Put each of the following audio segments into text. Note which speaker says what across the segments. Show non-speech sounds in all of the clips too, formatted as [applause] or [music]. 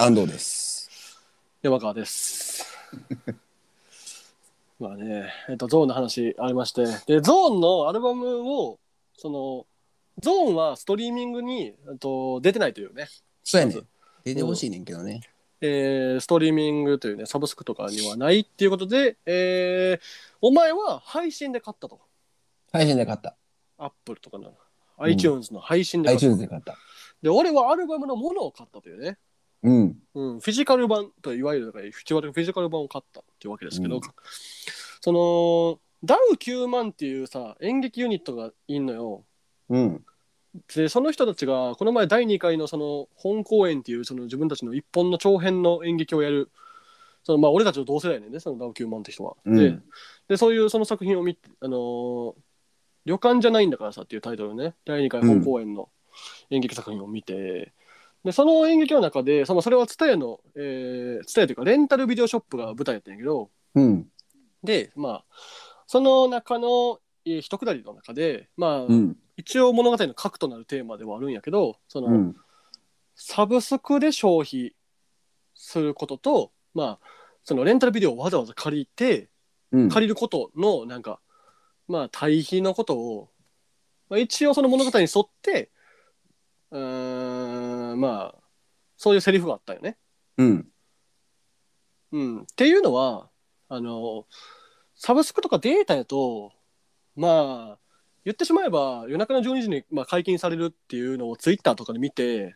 Speaker 1: 安藤です。
Speaker 2: 山川です。 [laughs] まあね、えっと、ゾーンの話ありまして、で、ゾーンのアルバムを、その、ゾーンはストリーミングに、えっと、出てないというね、
Speaker 1: そうや
Speaker 2: そ
Speaker 1: ね
Speaker 2: う。
Speaker 1: 出てほしいねんけどね。
Speaker 2: えーストリーミングというね、サブスクとかにはないっていうことで、えーお前は配信で買ったと。
Speaker 1: 配信で買った。
Speaker 2: アップルとかな、
Speaker 1: ん
Speaker 2: iTunes の配信で買った。
Speaker 1: iTunes で買った。
Speaker 2: で、俺はアルバムのものを買ったというね。
Speaker 1: うん。
Speaker 2: うん、フィジカル版といわゆるだからフィジカルフィジカル版を買ったっていうわけですけど、
Speaker 1: うん
Speaker 2: そのダウ9万っていうさ演劇ユニットがいんのよ
Speaker 1: うん。
Speaker 2: でその人たちがこの前第2回のその本公演っていうその自分たちの一本の長編の演劇をやるそのまあ俺たちの同世代やねんねそのダウ9万って人は、
Speaker 1: う
Speaker 2: で
Speaker 1: ん
Speaker 2: でそういうその作品を見てあのー旅館じゃないんだからさっていうタイトルのね第2回本公演の演劇作品を見て、でその演劇の中でそのそれは蔦屋の蔦屋、えー、蔦屋というかレンタルビデオショップが舞台やったんやけど
Speaker 1: うん。
Speaker 2: でまあその中の、えー、一くだりの中でまあ、
Speaker 1: うん。
Speaker 2: 一応物語の核となるテーマではあるんやけどその、
Speaker 1: うん。
Speaker 2: サブスクで消費することとまあそのレンタルビデオをわざわざ借りて
Speaker 1: うん。
Speaker 2: 借りることのなんかまあ対比のことを、まあ、一応その物語に沿ってうーんまあそういうセリフがあったよね。
Speaker 1: うん。
Speaker 2: うん、っていうのはあのサブスクとかデータやとまあ言ってしまえば夜中の12時に、まあ、解禁されるっていうのをツイッターとかで見て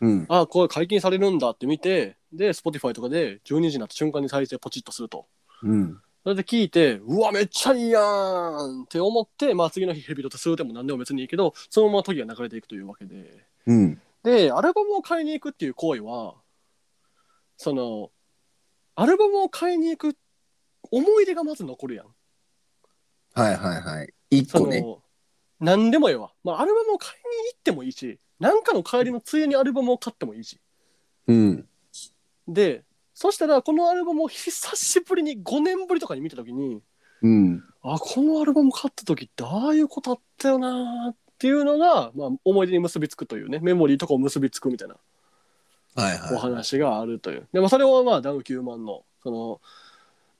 Speaker 1: うん。
Speaker 2: ああこれ解禁されるんだって見てで Spotify とかで12時になった瞬間に再生ポチッとすると。
Speaker 1: うん。
Speaker 2: それで聞いて、うわ、めっちゃいいやんって思って、まあ次の日ヘビロテするでも何でも別にいいけど、そのまま時が流れていくというわけで。
Speaker 1: うん。
Speaker 2: で、アルバムを買いに行くっていう行為は、その、アルバムを買いに行く思い出がまず残るやん。
Speaker 1: はいはいはい。一
Speaker 2: そ
Speaker 1: 個
Speaker 2: の、
Speaker 1: ね。
Speaker 2: 何でもええわ。まあアルバムを買いに行ってもいいし、なんかの帰りのついにアルバムを買ってもいいし。
Speaker 1: うん。
Speaker 2: で、そしたらこのアルバムを久しぶりに5年ぶりとかに見たときに、
Speaker 1: うん。
Speaker 2: あこのアルバム買った時ってああいうことあったよなーっていうのが、まあ、思い出に結びつくというねメモリーとかを結びつくみたいな
Speaker 1: はい
Speaker 2: お
Speaker 1: は
Speaker 2: 話があるという、でまあ、それはまあダウ9万のその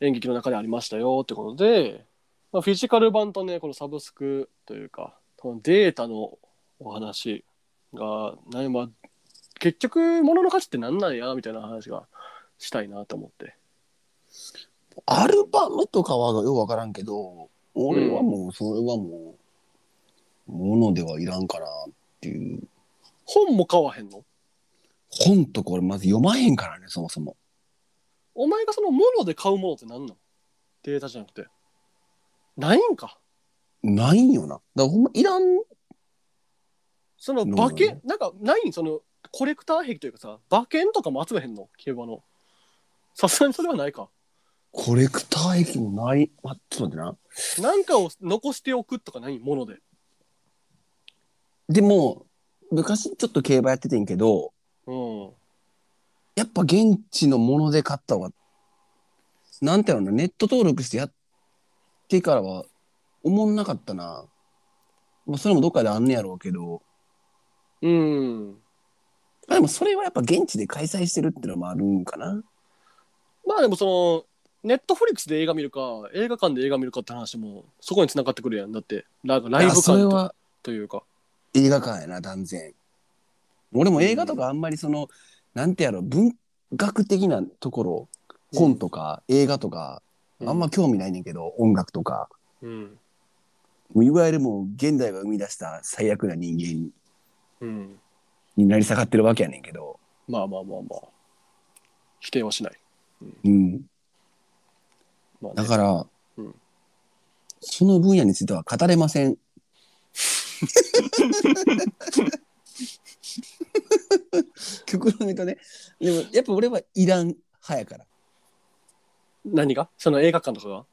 Speaker 2: 演劇の中でありましたよってことで、まあ、フィジカル版とねこのサブスクというかこのデータのお話が何、まあ、結局物の価値って何なんやみたいな話がしたいなと思って。
Speaker 1: い。アルバムとかはよくわからんけど、俺はもう、それはもう、ものではいらんかなっていう。
Speaker 2: 本も買わへんの
Speaker 1: 本とか俺まず読まへんからね、そもそも。
Speaker 2: お前がそのもので買うものって何なのデータじゃなくて。ないんか。
Speaker 1: ないんよな。だからほんまいらん。
Speaker 2: その
Speaker 1: な
Speaker 2: 馬
Speaker 1: いね
Speaker 2: 券、なんかないんそのコレクター壁というかさ、馬券とかも集めへんの競馬の。さすがにそれはないか。
Speaker 1: コレクター駅もない。あ、ちょっと待ってな。
Speaker 2: なんかを残しておくとかないもので。
Speaker 1: でも昔ちょっと競馬やっててんけど
Speaker 2: うん。
Speaker 1: やっぱ現地のもので買った方がなんていうのネット登録してやってからは思んなかったな、まあ、それもどっかであんねやろうけど
Speaker 2: うん。
Speaker 1: まあでもそれはやっぱ現地で開催してるってのもあるんかな
Speaker 2: まあでもその、ネットフリックスで映画見るか、映画館で映画見るかって話も、そこに繋がってくるやん。だって、なんかライブ
Speaker 1: あそれ
Speaker 2: 感と
Speaker 1: は
Speaker 2: というか。
Speaker 1: 映画館やな断然俺も映画とかあんまりその、なんてやろ文学的なところ本とか映画とか、あんま興味ないねんけど、音楽とか
Speaker 2: うん。
Speaker 1: もういわゆるもう現代が生み出した最悪な人間
Speaker 2: うん。
Speaker 1: になり下がってるわけやねんけど、
Speaker 2: まあまあまあまあ。否定はしない。
Speaker 1: うん、
Speaker 2: まあね
Speaker 1: だから、
Speaker 2: うん
Speaker 1: その分野については語れません。 [laughs] 極論言うとねでもやっぱ俺はいらん派やから
Speaker 2: 何がその映画館とかが、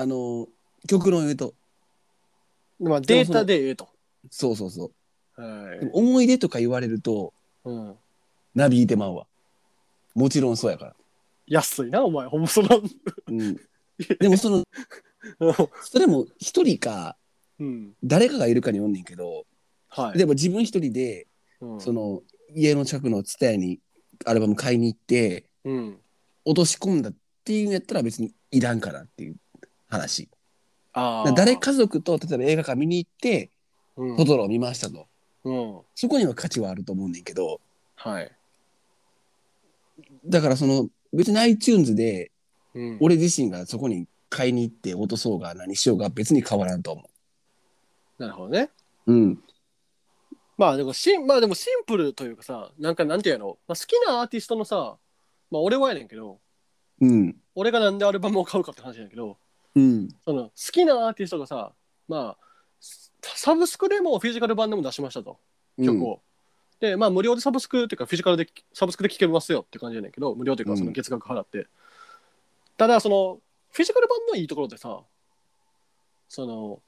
Speaker 1: あの極論言うと
Speaker 2: まあ、データでええと。
Speaker 1: そうそうそ
Speaker 2: は
Speaker 1: うで
Speaker 2: い
Speaker 1: も。思い出とか言われると
Speaker 2: うん。
Speaker 1: なびいてまうわもちろんそうやから、
Speaker 2: 安いな、お前。ほんまその。 [laughs]
Speaker 1: うん、でもそのそれも一人か
Speaker 2: うん。
Speaker 1: 誰かがいるかによんねんけど、
Speaker 2: はい。
Speaker 1: 例えば自分一人で、
Speaker 2: うん、
Speaker 1: その家の近くの蔦屋にアルバム買いに行って
Speaker 2: うん。
Speaker 1: 落とし込んだっていうんやったら別にいらんからっていう話だか
Speaker 2: ああ。
Speaker 1: ら誰家族と例えば映画館見に行って
Speaker 2: うん
Speaker 1: トトロを見ましたと
Speaker 2: うん。
Speaker 1: そこには価値はあると思うねんけど
Speaker 2: はい。
Speaker 1: だからその別に iTunes で
Speaker 2: うん、
Speaker 1: 俺自身がそこに買いに行って落とそうが何しようが別に変わらんと思
Speaker 2: なるほどね。
Speaker 1: う。うん、
Speaker 2: まあでもシン、まあでもシンプルというかさ、なんかなんていうの、まあ、好きなアーティストのさ、まあ俺はやねんけど、
Speaker 1: うん、
Speaker 2: 俺がなんでアルバムを買うかって話だけど、
Speaker 1: うん、
Speaker 2: その好きなアーティストがさ、まあ、サブスクでもフィジカル版でも出しましたと、曲を。で、まあ無料でサブスクっていうか、フィジカルで、サブスクで聴けますよって感じやねんけど、無料とい
Speaker 1: う
Speaker 2: うか、
Speaker 1: ん
Speaker 2: その月額払って。ただ、その、フィジカル版のいいところでさ、その、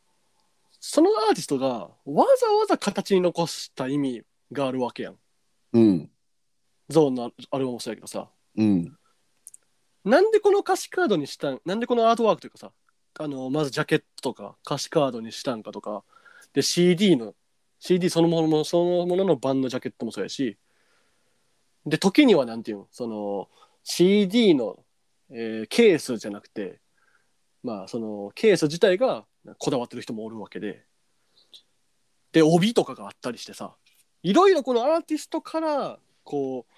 Speaker 2: そのアーティストがわざわざ形に残した意味があるわけやん。
Speaker 1: うん、
Speaker 2: ゾーンのアルバムもそうやけどさ。
Speaker 1: うん、
Speaker 2: なんでこの歌詞カードにしたんなんでこのアートワークというかさあのまずジャケットとか歌詞カードにしたんかとかで CD の CD そのものもそのものの版のジャケットもそうやしで時にはなんていうのその CD の、えーケースじゃなくてまあそのケース自体がこだわってる人もおるわけでで帯とかがあったりしてさいろいろこのアーティストからこう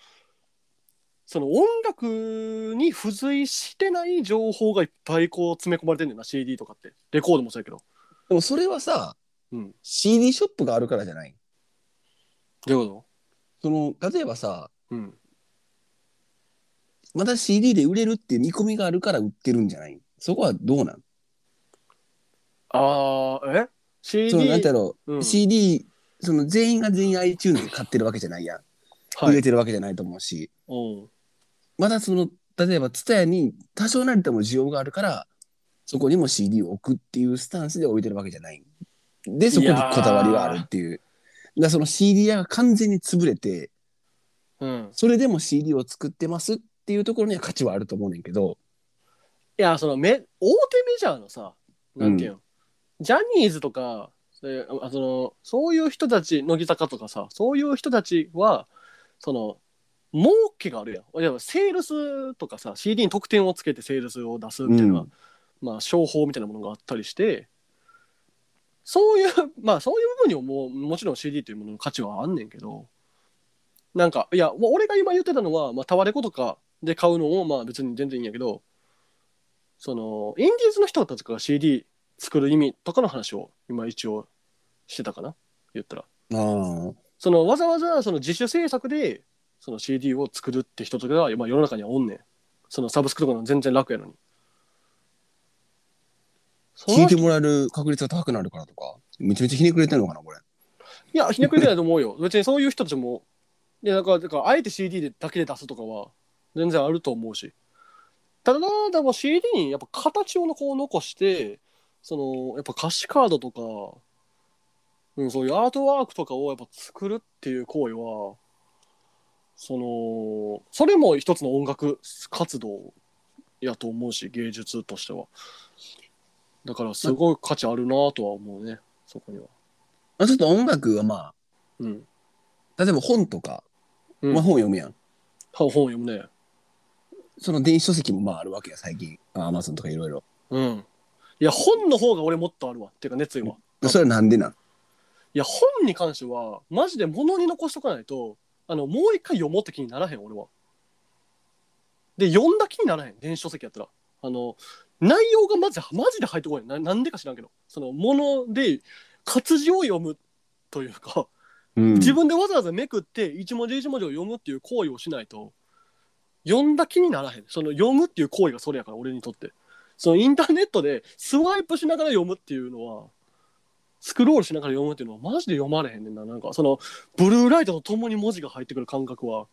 Speaker 2: その音楽に付随してない情報がいっぱいこう詰め込まれてんねんな CD とかってレコードもそうやけど
Speaker 1: でもそれはさ、
Speaker 2: うん
Speaker 1: CD ショップがあるからじゃない
Speaker 2: どういうこ
Speaker 1: その例えばさ
Speaker 2: とうん
Speaker 1: また CD で売れるっていう見込みがあるから売ってるんじゃないそこはどうなん
Speaker 2: ああえ CD
Speaker 1: そのなんてやろう、
Speaker 2: うん
Speaker 1: CD その全員が全員 iTunes で買ってるわけじゃないやん、
Speaker 2: は
Speaker 1: 売
Speaker 2: い
Speaker 1: れてるわけじゃないと思うし
Speaker 2: うん
Speaker 1: まだその例えば TSUTAYA に多少なりとも需要があるからそこにも CD を置くっていうスタンスで置いてるわけじゃないでそこにこだわりがあるっていうだからその CD 屋が完全に潰れて
Speaker 2: うん
Speaker 1: それでも CD を作ってますっていうところには価値はあると思うねんけど
Speaker 2: いやそのめ大手メジャーのさなんていうの、ジャニーズとかそういうあそのそういう人たち乃木坂とかさそういう人たちはその儲けがあるやんいやセールスとかさ CD に特典をつけてセールスを出すっていうのは、
Speaker 1: うん
Speaker 2: まあ、商法みたいなものがあったりしてそう [laughs] いうまあそういう部分にももうもちろん CD というものの価値はあんねんけどなんかいやもう俺が今言ってたのは、まあ、タワレコとかで買うのもまあ別に全然いいんやけどそのインディーズの人たちが CD 作る意味とかの話を今一応してたかな言ったら
Speaker 1: ああ
Speaker 2: そのわざわざその自主制作でその CD を作るって人とかが、まあ、世の中にはおんねんそのサブスクとかの全然楽やのにその
Speaker 1: 聞いてもらえる確率が高くなるからとかめちゃめちゃひねくれてるのかなこれ
Speaker 2: いや、ひねくれてないと思うよ。 [laughs] 別にそういう人たちも、いや、だから、だからあえて CD でだけで出すとかは、全然あると思うし。ただ、でも CD にやっぱ形をこう残して、その、やっぱ歌詞カードとか、うん、そういうアートワークとかをやっぱ作るっていう行為は、その、それも一つの音楽活動やと思うし、芸術としては。だから、すごい価値あるなとは思うね、そこには。
Speaker 1: まあちょっと音楽はま
Speaker 2: うん。
Speaker 1: あ例えば本とか、
Speaker 2: うん
Speaker 1: まあ、本読むやん
Speaker 2: 本読むね。
Speaker 1: その電子書籍もまああるわけや最近アマゾンとかいろいろ
Speaker 2: うん。いや、本の方が俺もっとあるわ。っていうか、熱意は。い
Speaker 1: それはなんでなん
Speaker 2: や、本に関しては、マジで物に残しとかないと、あの、もう一回読もうって気にならへん、俺は。で、読んだ気にならへん、電子書籍やったら。あの、内容がマジで、マジで入ってこない。ななんでか知らんけど。その、もので、活字を読むというか、
Speaker 1: うん
Speaker 2: 自分でわざわざめくって、一文字一文字を読むっていう行為をしないと、読んだ気にならへん。その読むっていう行為がそれやから、俺にとって。そのインターネットでスワイプしながら読むっていうのは、スクロールしながら読むっていうのはマジで読まれへんねんな。なんかその、ブルーライトとともに文字が入ってくる感覚は、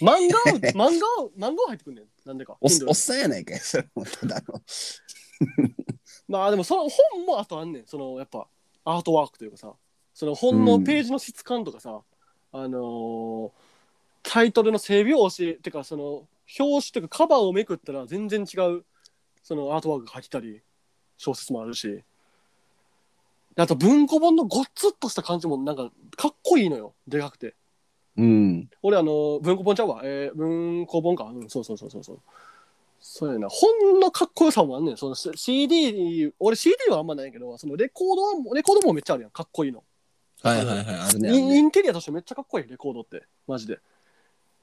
Speaker 2: 漫
Speaker 1: [laughs]
Speaker 2: 画を、漫画を、漫画は入ってくんねん。なんでか。
Speaker 1: おっ
Speaker 2: Kindle
Speaker 1: おっさんやないかい [laughs] それもただの
Speaker 2: まあでもその本もあとあんねんそのやっぱアートワークというかさその本のページの質感とかさ、あのータイトルの背拍子ってかその表紙というかカバーをめくったら全然違うそのアートワークが書いてたり小説もあるしあと文庫本のごっつっとした感じもなんかかっこいいのよでかくて
Speaker 1: うん。
Speaker 2: 俺あの文庫本ちゃうわ、えー文庫本か、うん、そうそうそうそうそうそうやな本のかっこよさもあんねんその C- CD 俺 CD はあんまないけどそのレコードはもレコードもめっちゃあるやんかっこいいの、
Speaker 1: はいはいはい。あるね。あ
Speaker 2: イ
Speaker 1: る
Speaker 2: ンイ
Speaker 1: ね
Speaker 2: ンテリアとしてめっちゃかっこいいレコードってマジで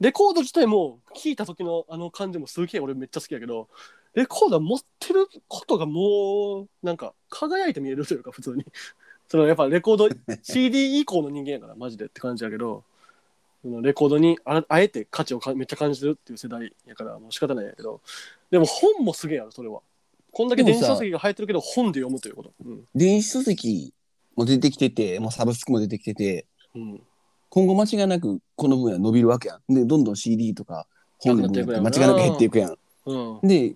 Speaker 2: レコード自体も聴いた時のあの感じもすげえ俺めっちゃ好きやけどレコードは持ってることがもうなんか輝いて見えるというか普通に [laughs] そのやっぱレコード CD 以降の人間やからマジでって感じやけどそのレコードにああえて価値をかめっちゃ感じてるっていう世代やからもう仕方ないやけどでも本もすげえやろそれはこんだけ電子書籍が入ってるけど本で読むということうん
Speaker 1: 電子書籍も出てきてて、もうサブスクも出てきてて、
Speaker 2: うん
Speaker 1: 今後間違いなくこの分野伸びるわけやん。で、どんどん CD とか本の分野って間違いなく減っていくやん。
Speaker 2: うんうん
Speaker 1: で、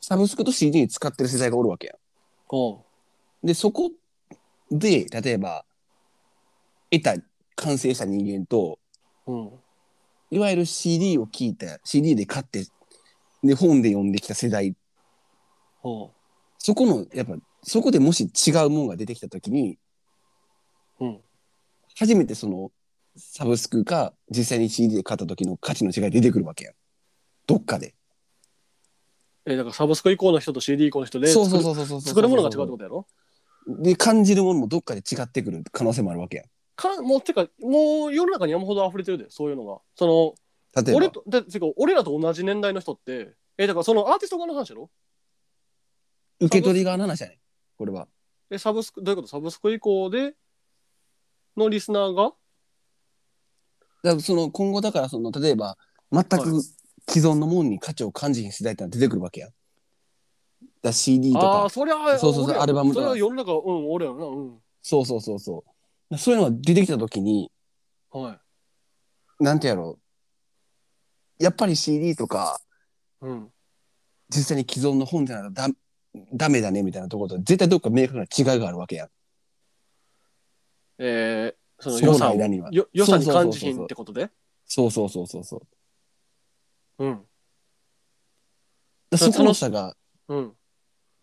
Speaker 1: サブスクと CD に使ってる世代がおるわけやん。で、そこで、例えば、得た、完成した人間と、
Speaker 2: うん
Speaker 1: いわゆる CD を聞いた、CD で買って、で、本で読んできた世代、
Speaker 2: うん
Speaker 1: そこの、やっぱ、そこでもし違うもんが出てきたときに、
Speaker 2: うん
Speaker 1: 初めてその、サブスクか、実際に CD で買った時の価値の違い出てくるわけやん。どっかで。
Speaker 2: えだからサブスク以降の人と CD 以降の人で
Speaker 1: そうそう
Speaker 2: 作
Speaker 1: そう
Speaker 2: る
Speaker 1: そうそうそう。
Speaker 2: 作るものが違うってことやろ
Speaker 1: で、感じるものもどっかで違ってくる可能性もあるわけや
Speaker 2: かもうてかもう世の中に山ほど溢れてるでそういうのがそ
Speaker 1: ん。
Speaker 2: の
Speaker 1: 例えば。
Speaker 2: 俺とだてか俺らと同じ年代の人ってえだからそのアーティスト側の話やろ
Speaker 1: 受け取り側の話じゃないこれは。
Speaker 2: えサブスクどういうことサブスク以降でのリスナーが
Speaker 1: だからその今後だからその例えば全
Speaker 2: は
Speaker 1: く
Speaker 2: い
Speaker 1: 既存のもんに価値を感じひん世代ってのは出てくるわけやん。だから CD と
Speaker 2: ああー
Speaker 1: か
Speaker 2: そりゃ
Speaker 1: そうそうそう
Speaker 2: 俺ら
Speaker 1: アルバムと
Speaker 2: そ
Speaker 1: か
Speaker 2: れは世の中うん俺らなうん
Speaker 1: そうそうそうそうだからそういうのが出てきた時に
Speaker 2: はい
Speaker 1: なんてやろうやっぱり CD とか
Speaker 2: うん
Speaker 1: 実際に既存の本じゃなだダメだねみたいなところと絶対どっか明確な違いがあるわけやん。
Speaker 2: えー、その
Speaker 1: そう
Speaker 2: 良さを
Speaker 1: 間には
Speaker 2: よ良さに
Speaker 1: そうそうそうそう
Speaker 2: 感じひんってことで
Speaker 1: そうそうそうそうそう。
Speaker 2: うん
Speaker 1: だからそこ
Speaker 2: その
Speaker 1: の差が
Speaker 2: うん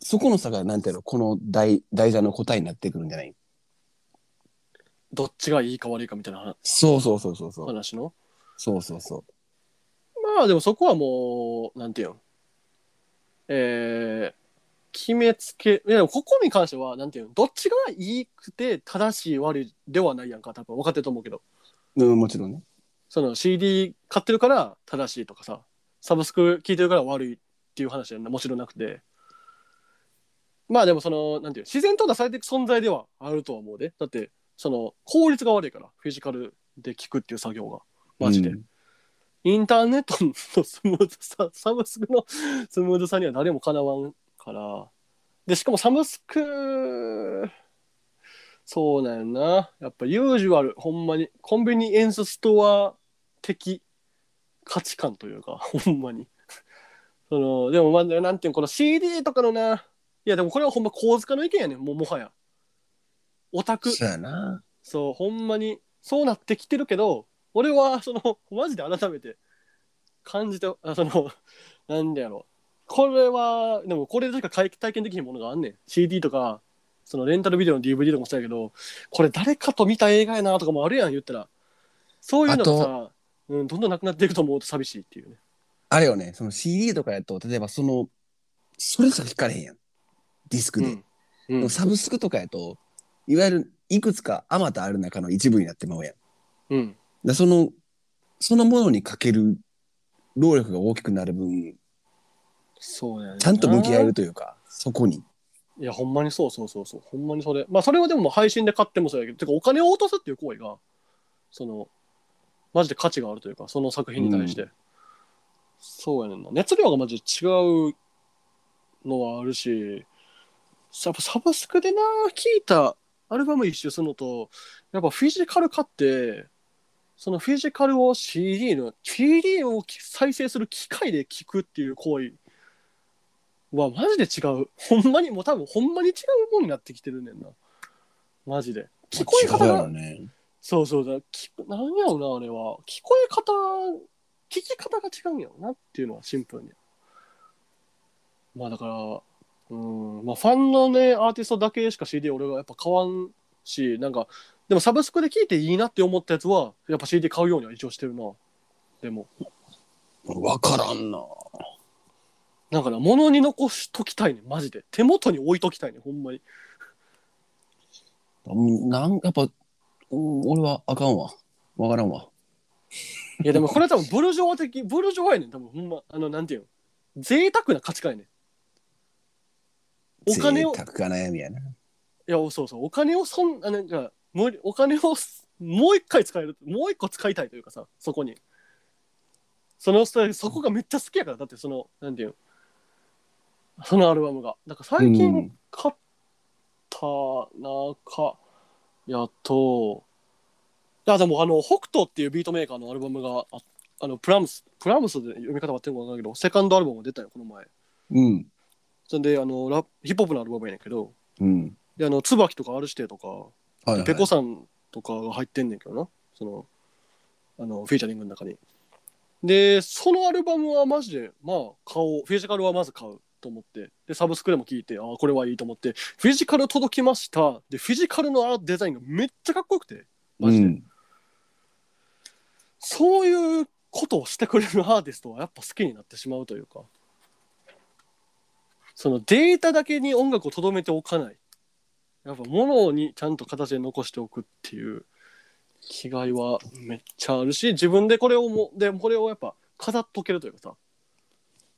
Speaker 1: そこの差がなんてやろこの題題材の答えになってくるんじゃない
Speaker 2: どっちがいいか悪いかみたいな
Speaker 1: そうそうそうそうそう
Speaker 2: 話の
Speaker 1: そうそうそう。
Speaker 2: まあでもそこはもう、なんていうん。えー、決めつけ、いやでもここに関しては、なんていうん、どっちがいいくて正しい悪いではないやんか、多分分かってると思うけど、
Speaker 1: うんもちろんね。
Speaker 2: その CD 買ってるから正しいとかさ、サブスク聞いてるから悪いっていう話はもちろんなくて、まあでもその、なんていう、自然淘汰されていく存在ではあるとは思うで、だって、その効率が悪いから、フィジカルで聞くっていう作業が、マジで。
Speaker 1: うん
Speaker 2: インターネットのスムーズさ、サブスクのスムーズさには誰もかなわんから。で、しかもサブスク、そうなんやな。やっぱユージュアル、ほんまに、コンビニエンスストア的価値観というか、 [laughs] ほんまに。その、でもまあ、なんていうのこの CD とかのな、いやでもこれはほんま構図家の意見やねん、もうもはや。オタク。
Speaker 1: そうやな。
Speaker 2: そうほんまにそうなってきてるけど俺はその [laughs] マジで改めて感じてあその [laughs] なんだやろこれはでもこれでしか体体験できひんものがあんねん CD とかそのレンタルビデオの DVD とかもしたやけどこれ誰かと見た映画やなとかもあるやん言ったらそういうのがさ、うん、どんどんなくなっていくと思うと寂しいっていうね
Speaker 1: あれよね、その CD とかやと、例えばその、それしか聞かれへんやん。ディスクで。
Speaker 2: うん
Speaker 1: でもサブスクとかやと、いわゆるいくつかあまたある中の一部になってまうやん。だか
Speaker 2: うん
Speaker 1: らその、そのものにかける労力が大きくなる分、
Speaker 2: そうやねな
Speaker 1: ちゃんと向き合えるというか、そこに。
Speaker 2: いやほんまにそうそうそうそうほんまにそれまあそれはでももう配信で買ってもそうやけどてかお金を落とすっていう行為がそのマジで価値があるというかその作品に対して、そうやねんな熱量がマジで違うのはあるしやっぱサブスクでな聞いたアルバム一周するのとやっぱフィジカル買ってそのフィジカルを CD の CD を再生する機械で聞くっていう行為はマジで違うほんまにもう多分ほんまに違うもんになってきてるねんなマジで聞こえ方
Speaker 1: 違う
Speaker 2: が
Speaker 1: よね。
Speaker 2: そうそうだ。きなんやろな、あれは。聞こえ方、聞き方が違うんやろなっていうのはシンプルに。まあだから、うん、まあファンのね、アーティストだけしか CD 俺はやっぱ買わんし、なんか、でもサブスクで聴いていいなって思ったやつは、やっぱ CD 買うようには一応してるな。でも、
Speaker 1: わからんな。
Speaker 2: なんかな、物に残しときたいね、マジで。手元に置いときたいね、ほんまに。
Speaker 1: うんなんやっぱ、うん俺はあかんわ。わからんわ。
Speaker 2: いや、でもこれ多分ブルジョワ的、ブルジョワやねん、多分ほんま、あの、なんていうの。贅沢な価値観やねん。お金を
Speaker 1: 贅、沢が悩みやな。
Speaker 2: いや、そうそう、お金をそん、あなんか、無理お金をすもう一回使える、もう一個使いたいというかさ、そこに。そのそれそこがめっちゃ好きやから、だってその、なんていうのそのアルバムが。だから最
Speaker 1: う
Speaker 2: 近
Speaker 1: ん
Speaker 2: 買った中やと、いや、でもあの、北斗っていうビートメーカーのアルバムが、ああの、プラムス、プラムスで読み方はってるのかわかんないけど、セカンドアルバムが出たよ、この前。
Speaker 1: うん。
Speaker 2: それで、あの、ラップヒップホップのアルバムやねんけど、
Speaker 1: うん。
Speaker 2: で、あの、椿とか R 指定とか、
Speaker 1: はい、はい。
Speaker 2: ペコさんとかが入ってんねんけどなそのあのフィーチャリングの中にでそのアルバムはマジでまあ買おうフィジカルはまず買うと思ってでサブスクでも聞いてああこれはいいと思ってフィジカル届きましたでフィジカルのアートデザインがめっちゃかっこよくてマジで、
Speaker 1: うん。
Speaker 2: そういうことをしてくれるアーティストはやっぱ好きになってしまうというかそのデータだけに音楽をとどめておかないやっぱ物にちゃんと形で残しておくっていう気概はめっちゃあるし自分でこれをもでこれをやっぱ飾っとけるというかさ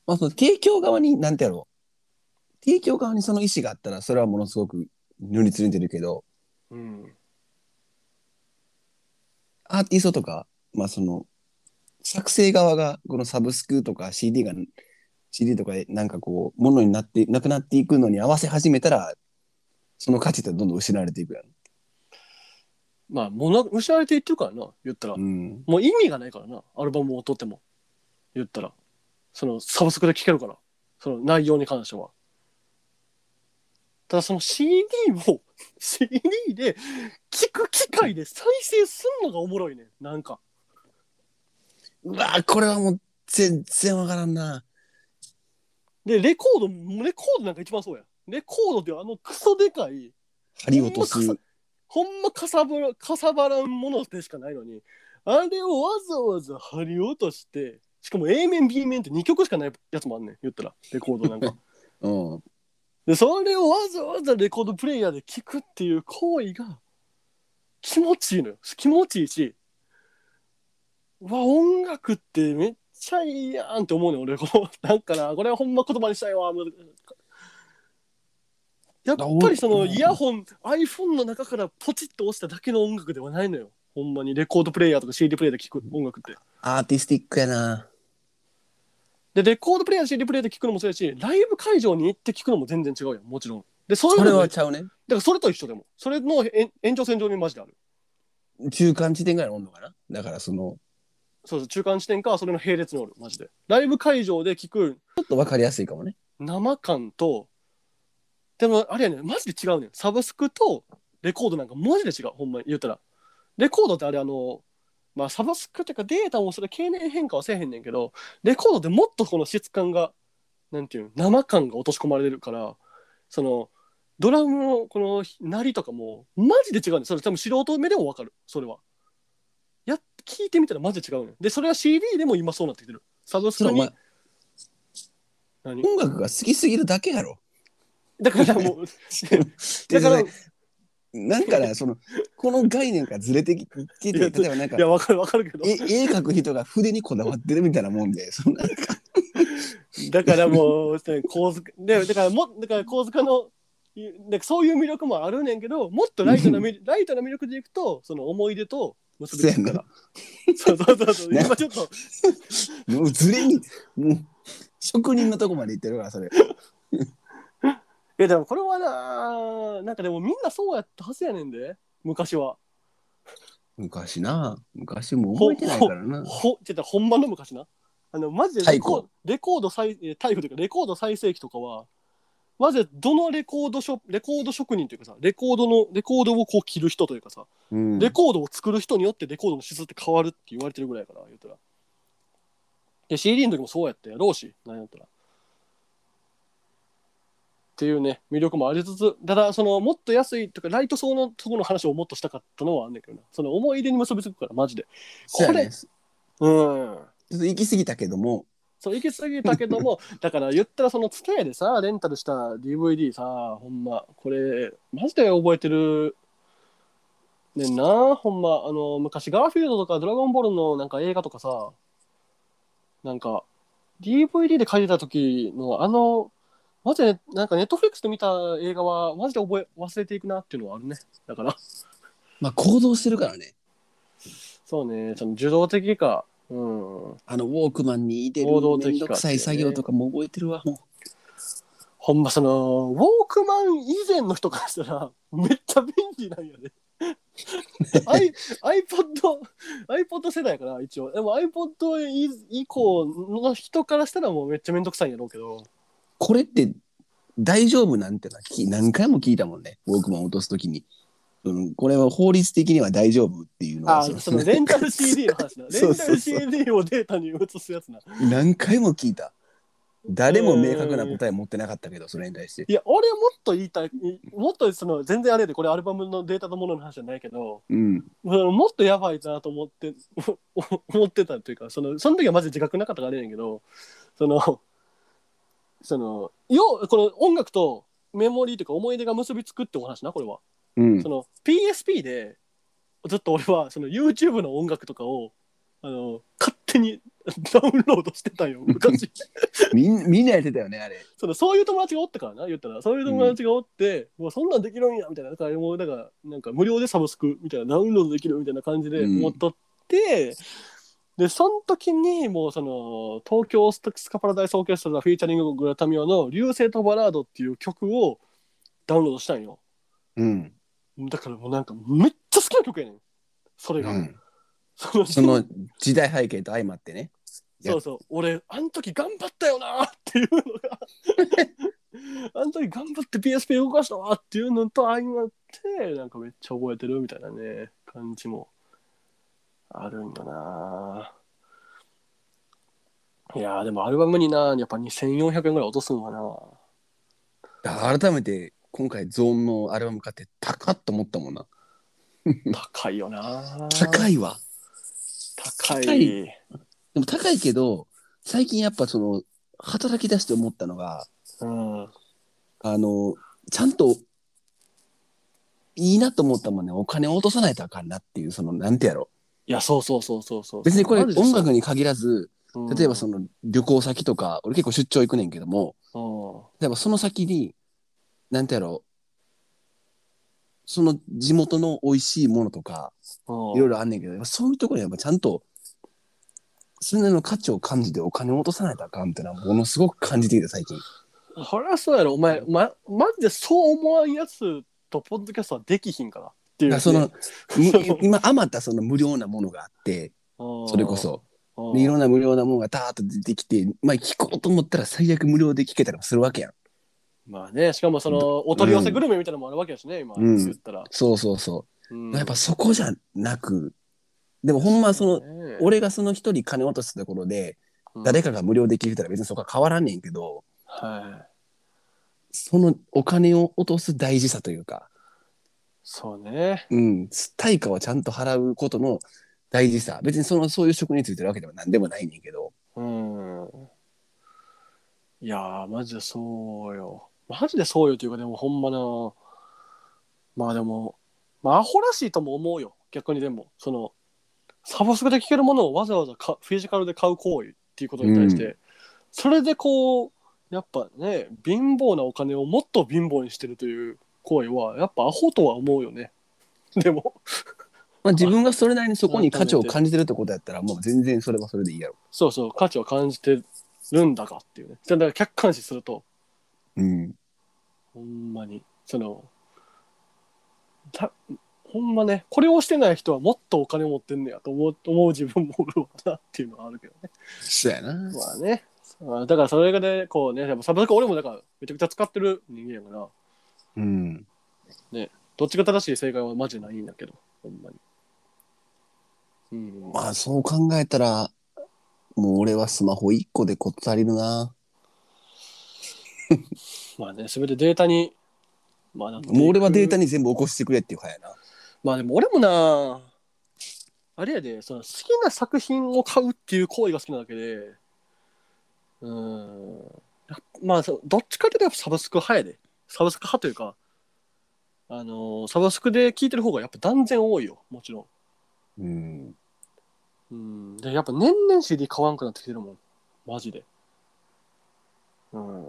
Speaker 1: まあ、その提供側に、なんてやろう。提供側にその意思があったら、それはものすごく塗りつれてるけど、
Speaker 2: うん
Speaker 1: アーティストとか、まあその、作成側が、このサブスクとか CD が、CD とかでなんかこう、ものになって、なくなっていくのに合わせ始めたら、その価値ってどんどん失われていくやん。
Speaker 2: まあ物失われていってるからな言ったら、
Speaker 1: うん。
Speaker 2: もう意味がないからなアルバムを取っても言ったらそのサブスクで聴けるからその内容に関してはただその CD を [laughs] CD で聴く機会で再生するのがおもろいねんなんか
Speaker 1: うわーこれはもう全然わからんな。
Speaker 2: でレコードレコードなんか一番そうやレコードであのクソでかい
Speaker 1: 針落とす。
Speaker 2: ほんまかさばらかさばらんものでしかないのにあれをわざわざ張り落としてしかも A 面 B 面って2曲しかないやつもあんねん言ったらレコードなんか
Speaker 1: うん。
Speaker 2: でそれをわざわざレコードプレイヤーで聞くっていう行為が気持ちいいのよ気持ちいいしうわ音楽ってめっちゃいいやんって思うねん俺この [laughs] なんかなこれはほんま言葉にしたいわむやっぱりそのイヤホン iPhone の中からポチッと押しただけの音楽ではないのよほんまにレコードプレイヤーとか CD プレイヤーで聞く音楽って
Speaker 1: アーティスティックやな。
Speaker 2: でレコードプレイヤー CD プレイヤーで聞くのもそうやしライブ会場に行って聞くのも全然違うやんもちろんでそういう
Speaker 1: そ
Speaker 2: の
Speaker 1: れ
Speaker 2: も
Speaker 1: はちゃうね。
Speaker 2: だからそれと一緒でもそれの延延長線上にマジである
Speaker 1: 中間地点ぐらいの温度かな。だからその、
Speaker 2: そうそう中間地点かそれの並列におるマジでライブ会場で聞く
Speaker 1: ちょっとわかりやすいかもね。
Speaker 2: 生感とでもあれやねマジで違うねんサブスクとレコードなんかマジで違うほんまに言ったらレコードってあれあのまあサブスクっていうかデータもそれ経年変化はせえへんねんけどレコードってもっとこの質感がなんていうの生感が落とし込まれるからそのドラムのこの鳴りとかもマジで違うねんそれ多分素人目でも分かるそれはやっ聞いてみたらマジで違うねんでそれは CD でも今そうなってきてるサブス
Speaker 1: それ
Speaker 2: ク
Speaker 1: お
Speaker 2: に
Speaker 1: 前、
Speaker 2: 何
Speaker 1: 音楽が好きすぎるだけやろ。
Speaker 2: だから [laughs] もう
Speaker 1: だ
Speaker 2: だか
Speaker 1: からら
Speaker 2: い
Speaker 1: なんか
Speaker 2: [laughs]
Speaker 1: ね、その、この概念からずれてきて
Speaker 2: いや
Speaker 1: て、例えばなんか、
Speaker 2: やわかるわかるけど
Speaker 1: え絵描く人が筆にこだわってるみたいなもんで、そんな、
Speaker 2: だからもう構図でだからもだから構図化のでそういう魅力もあるねんけどもっとライトな [laughs] 魅ライトな魅力でいくとその思い出と結びつくからそうそうそうそう
Speaker 1: ね
Speaker 2: 今ちょっと
Speaker 1: もうずれに、もう、職人のとこまで行ってるから、それ。
Speaker 2: いやでもこれはななんかでもみんなそうやったはずやねんで昔は
Speaker 1: 昔な、昔もう覚えてないからな。
Speaker 2: ほちょっとほんまの昔なあのマジでレ
Speaker 1: 太
Speaker 2: コー
Speaker 1: 鼓
Speaker 2: レコード再えー太鼓というかレコード最盛期とかはマジでどのレコードショレコード職人というかさレコードのレコードをこう切る人というかさ
Speaker 1: うん
Speaker 2: レコードを作る人によってレコードの質って変わるって言われてるぐらいやから言うたらで CD の時もそうやったやろうし何やったらっていうね魅力もありつつただそのもっと安いとかライト層のところの話をもっとしたかったのはあんねんけどなその思い出に結びつくからマジで
Speaker 1: そうや
Speaker 2: こ
Speaker 1: ね
Speaker 2: れうん
Speaker 1: ちょっと行き過ぎたけども、
Speaker 2: そう行き過ぎたけどもだから言ったらそのツタヤでさレンタルした DVD さほんまこれマジで覚えてるねんなほんまあの昔ガーフィールドとかドラゴンボールのなんか映画とかさなんか DVD で借りた時のあのマジでねなんかネットフリックスで見た映画はマジで覚え忘れていくなっていうのはあるねだから
Speaker 1: まあ、行動してるからね。
Speaker 2: そうねその受動的かうん
Speaker 1: あの、ウォークマンに入れる
Speaker 2: 行動的か
Speaker 1: めんどくさい作業とかも覚えてるわ、もう。
Speaker 2: ほんまそのウォークマン以前の人からしたらめっちゃ便利なんやね。I iPod, iPod 世代やから一応でも iPod 以以降の人からしたらもうめっちゃめんどくさいんやろうけど
Speaker 1: これって大丈夫なんてなき何回も聞いたもんねウォークマン落とすときに、うん、これは法律的には大丈夫っていうの
Speaker 2: あ
Speaker 1: は
Speaker 2: ーそのレンタル CD の話なレ
Speaker 1: [laughs] そう
Speaker 2: ンタ
Speaker 1: そう
Speaker 2: ル
Speaker 1: そう
Speaker 2: CD をデータに移すやつな
Speaker 1: 何回も聞いた誰も明確な答え持ってなかったけどそれに対して
Speaker 2: いや俺もっと言いたいもっとその全然あれやでこれアルバムのデータのものの話じゃないけど
Speaker 1: うん
Speaker 2: そのもっとやばいなと思って [laughs] お思ってたというかそのその時はマジで自覚なかったからあれやねんけどそのそのようこの音楽とメモリーというか思い出が結びつくってお話なこれは、
Speaker 1: うん
Speaker 2: その PSP でずっと俺はその YouTube の音楽とかをあの勝手に [laughs] ダウンロードしてたよ昔
Speaker 1: みんみんなやってたよねあれ
Speaker 2: そのそういう友達がおったからな言ったらそういう友達がおって、もうそんなんできるんやみたいなだからもうだからなんか無料でサブスクみたいなダウンロードできるみたいな感じで
Speaker 1: うん
Speaker 2: 持っとって、でその時にもうその東京スカパラダイスオーケストラフィーチャリンググラタミオの「流星とバラード」っていう曲をダウンロードしたんよ
Speaker 1: うん、
Speaker 2: だからもうなんかめっちゃ好きな曲やねんそれ
Speaker 1: う
Speaker 2: が、
Speaker 1: ん、
Speaker 2: その
Speaker 1: その時代背景と相まってね
Speaker 2: そうそう俺あの時頑張ったよなっていうの
Speaker 1: [laughs]
Speaker 2: があの時頑張って PSP 動かしたわっていうのと相まってなんかめっちゃ覚えてるみたいなね感じもあるんだないやーでもアルバムになやっぱ2400円ぐらい落とすんわな
Speaker 1: 改めて今回ゾーンのアルバム買って高っと思ったもんな
Speaker 2: 高いよな
Speaker 1: 高
Speaker 2: い
Speaker 1: いわ
Speaker 2: 高い
Speaker 1: 高いでも高いけど最近やっぱその働き出して思ったのが
Speaker 2: うん
Speaker 1: あの、ちゃんと、いいなと思ったもんね、お金を落とさないとあかんなっていう、その、なんてやろ
Speaker 2: いやそうそうそうそうそう
Speaker 1: 別にこれ
Speaker 2: あるでしょ
Speaker 1: 音楽に限らず、
Speaker 2: うん
Speaker 1: 例えばその旅行先とか、俺結構出張行くねんけども、
Speaker 2: う
Speaker 1: 例えばその先に、なんてやろその地元の美味しいものとか、
Speaker 2: んうん
Speaker 1: いろいろあんねんけど、やっぱそういうところにやっぱちゃんと、それなりの価値を感じてお金を落とさないとあかんっていうのはものすごく感じてきた最近。
Speaker 2: そりゃそうやろ、お前、ま、マジでそう思わんやつとポッドキャストはできひんからってい
Speaker 1: だ
Speaker 2: う
Speaker 1: か
Speaker 2: ね、
Speaker 1: らその、む
Speaker 2: [laughs]
Speaker 1: 今余ったその無料なものがあって、 [laughs]
Speaker 2: うん、
Speaker 1: それこそ。
Speaker 2: うん、
Speaker 1: でいろんな無料なものがダーッと出てきて、まあ、聞こうと思ったら最悪無料で聞けたりもするわけやん。
Speaker 2: まあね、しかもその、お取り寄せグルメみたいなのもあるわけやしね、今、
Speaker 1: うん
Speaker 2: 言ったら。
Speaker 1: そうそうそうう。
Speaker 2: ん
Speaker 1: やっぱ、そこじゃなく、でもほんまその、
Speaker 2: ね、
Speaker 1: 俺がその一人金落としたところで、
Speaker 2: うん
Speaker 1: 誰かが無料で聞けたら別にそこは変わらんねんけど、
Speaker 2: はい。
Speaker 1: そのお金を落とす大事さというか、
Speaker 2: そうね。
Speaker 1: うん、対価をちゃんと払うことの大事さ。別にその、そういう職についてるわけでは何でもないねんけど、
Speaker 2: うん。いやー、マジでそうよ。マジでそうよというか、でもほんまな。まあでも、まあアホらしいとも思うよ。逆にでも、その、サブスクで聴けるものをわざわざかフィジカルで買う行為っていうことに対して、
Speaker 1: う
Speaker 2: それでこう、やっぱね、貧乏なお金をもっと貧乏にしてるという行為は、やっぱアホとは思うよね。でも、
Speaker 1: まあ、自分がそれなりにそこに価値を感じてるってことやったら、もう全然それはそれでいいやろ。
Speaker 2: そうそう、価値を感じてるんだかっていうね。だから客観視すると、
Speaker 1: うん。
Speaker 2: ほんまにそのたほんまねこれをしてない人はもっとお金持ってんねやと思う思う自分もおるわなっていうのはあるけどね
Speaker 1: そうやな。
Speaker 2: まあねあだからそれがねこうねやっぱサブスク俺もだからめちゃくちゃ使ってる人間やから
Speaker 1: うん。
Speaker 2: どっちが正しい正解はマジでないんだけどほんまにうん
Speaker 1: まあそう考えたらもう俺はスマホ1個でこと足りるな
Speaker 2: まあね、すべてデータに、まあなっていく
Speaker 1: もう俺はデータに全部起こしてくれっていう派やな。
Speaker 2: まあでも俺もな、あれやで、その好きな作品を買うっていう行為が好きなだけで、うーん、まあそうどっちかというとやっぱサブスク派やで。サブスク派というか、あのーサブスクで聞いてる方がやっぱ断然多いよ、もちろ
Speaker 1: うん。
Speaker 2: ん。うん、で、やっぱ年々 CD 買わんくなってきてるもん、マジで。うん。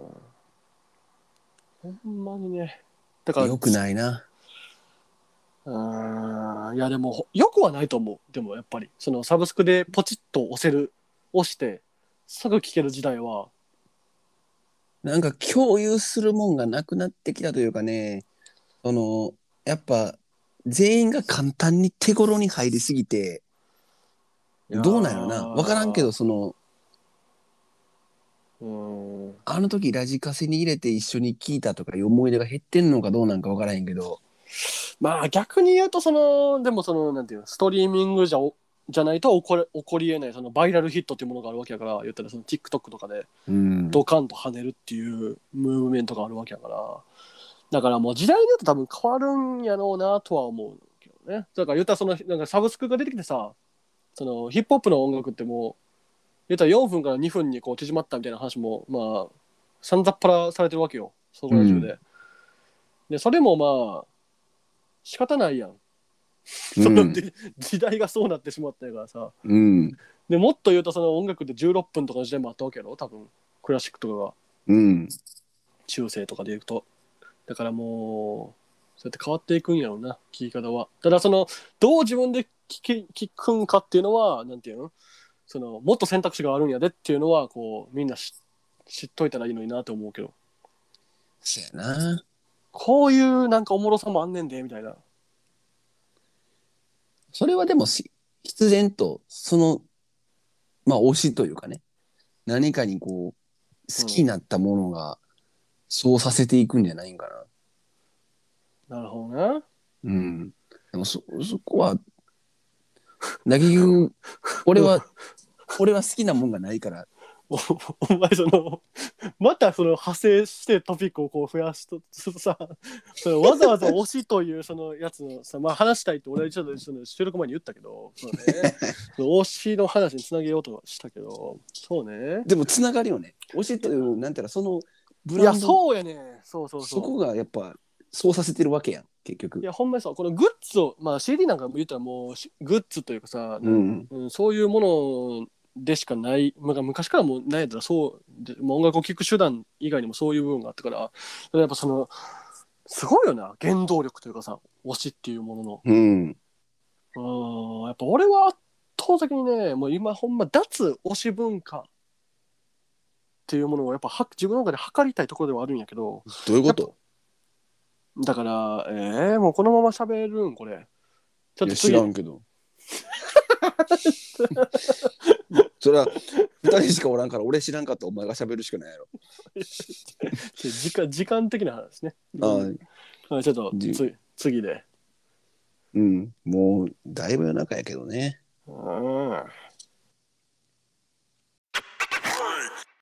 Speaker 2: ほんまにね。だから、
Speaker 1: よくないな。
Speaker 2: うーんいやでもほよくはないと思うでもやっぱりそのサブスクでポチッと押せる押してすぐ聞ける時代は
Speaker 1: なんか共有するもんがなくなってきたというかね、その、やっぱ、全員が簡単に手頃に入りすぎて、どうなんやろな。わからんけど、その、
Speaker 2: うーん
Speaker 1: あの時ラジカセに入れて一緒に聞いたとかいう思い出が減ってんのかどうなんかわからへんけど、
Speaker 2: まあ逆に言うとそのでもそのなんていうのストリーミングじゃおじゃないと起これ起こりえないそのバイラルヒットっていうものがあるわけやから言ったらその TikTok とかで
Speaker 1: うん。 [laughs]
Speaker 2: ドカンと跳ねるっていうムーブメントがあるわけやからだからもう時代によって多分変わるんやろうなとは思うけどねだから言ったらそのなんかサブスクが出てきてさそのヒップホップの音楽ってもう言ったら4分から2分にこう縮まったみたいな話もまあさんざっぱらされてるわけよそこら中で、でそれもまあ仕方ないやん、その時時代がそうなってしまったからさ
Speaker 1: うん。
Speaker 2: でもっと言うとその音楽で16分とかの時代もあったわけやろ多分クラシックとかが
Speaker 1: うん。
Speaker 2: 中世とかでいくとだからもうそうやって変わっていくんやろうな聞き方はただそのどう自分で聞き聞くんかっていうのはなんていうのそのもっと選択肢があるんやでっていうのはこうみんな知知っといたらいいのになと思うけど
Speaker 1: そやな。
Speaker 2: こういうなんかおもろさもあんねんでみたいな
Speaker 1: それはでもし必然とそのまあ推しというかね何かにこう好きになったものがそうさせていくんじゃないんか
Speaker 2: なるほどね
Speaker 1: な。うん。でもそそこは [laughs] だけど俺 [laughs] は俺は好きなもんがないから
Speaker 2: おお前そのまたその派生してトピックをこう増やしとさそのわざわざ推しというそのやつのさ、まあ、話したいって俺はちょっとその収録前に言ったけどそう、
Speaker 1: [laughs]
Speaker 2: ね、その推しの話につなげようとしたけどそうね
Speaker 1: でもつながるよね。推しというなんていうかそのブ
Speaker 2: いや
Speaker 1: ランド
Speaker 2: そうやねそうそうそ
Speaker 1: そ
Speaker 2: う
Speaker 1: こがやっぱそうさせてるわけやん結局
Speaker 2: い。やほんまにそうこのグッズをまあ CD なんかも言ったらもうしグッズというかさ、
Speaker 1: うん。
Speaker 2: うん、そういうものでしかない、まあ、昔からもうないやったらそうで、まあ、音楽を聴く手段以外にもそういう部分があったからやっぱそのすごいよな原動力というかさ推しっていうものの
Speaker 1: うん。
Speaker 2: うんやっぱ俺は圧倒的にねもう今ほんま脱推し文化っていうものをやっぱは自分の中で測りたいところではあるんやけど
Speaker 1: どういうこと
Speaker 2: だからえー、もうこのまま喋るんこれちょっ
Speaker 1: い
Speaker 2: と
Speaker 1: や
Speaker 2: 次
Speaker 1: 知らんけど。 [laughs] それは二人しかおらんから俺知らんかったらお前が喋るしかないやろ。
Speaker 2: 時間時間的な話ですね
Speaker 1: あ
Speaker 2: はいちょっと
Speaker 1: じ
Speaker 2: つ次で
Speaker 1: うんもうだいぶ夜中やけどね。
Speaker 2: うん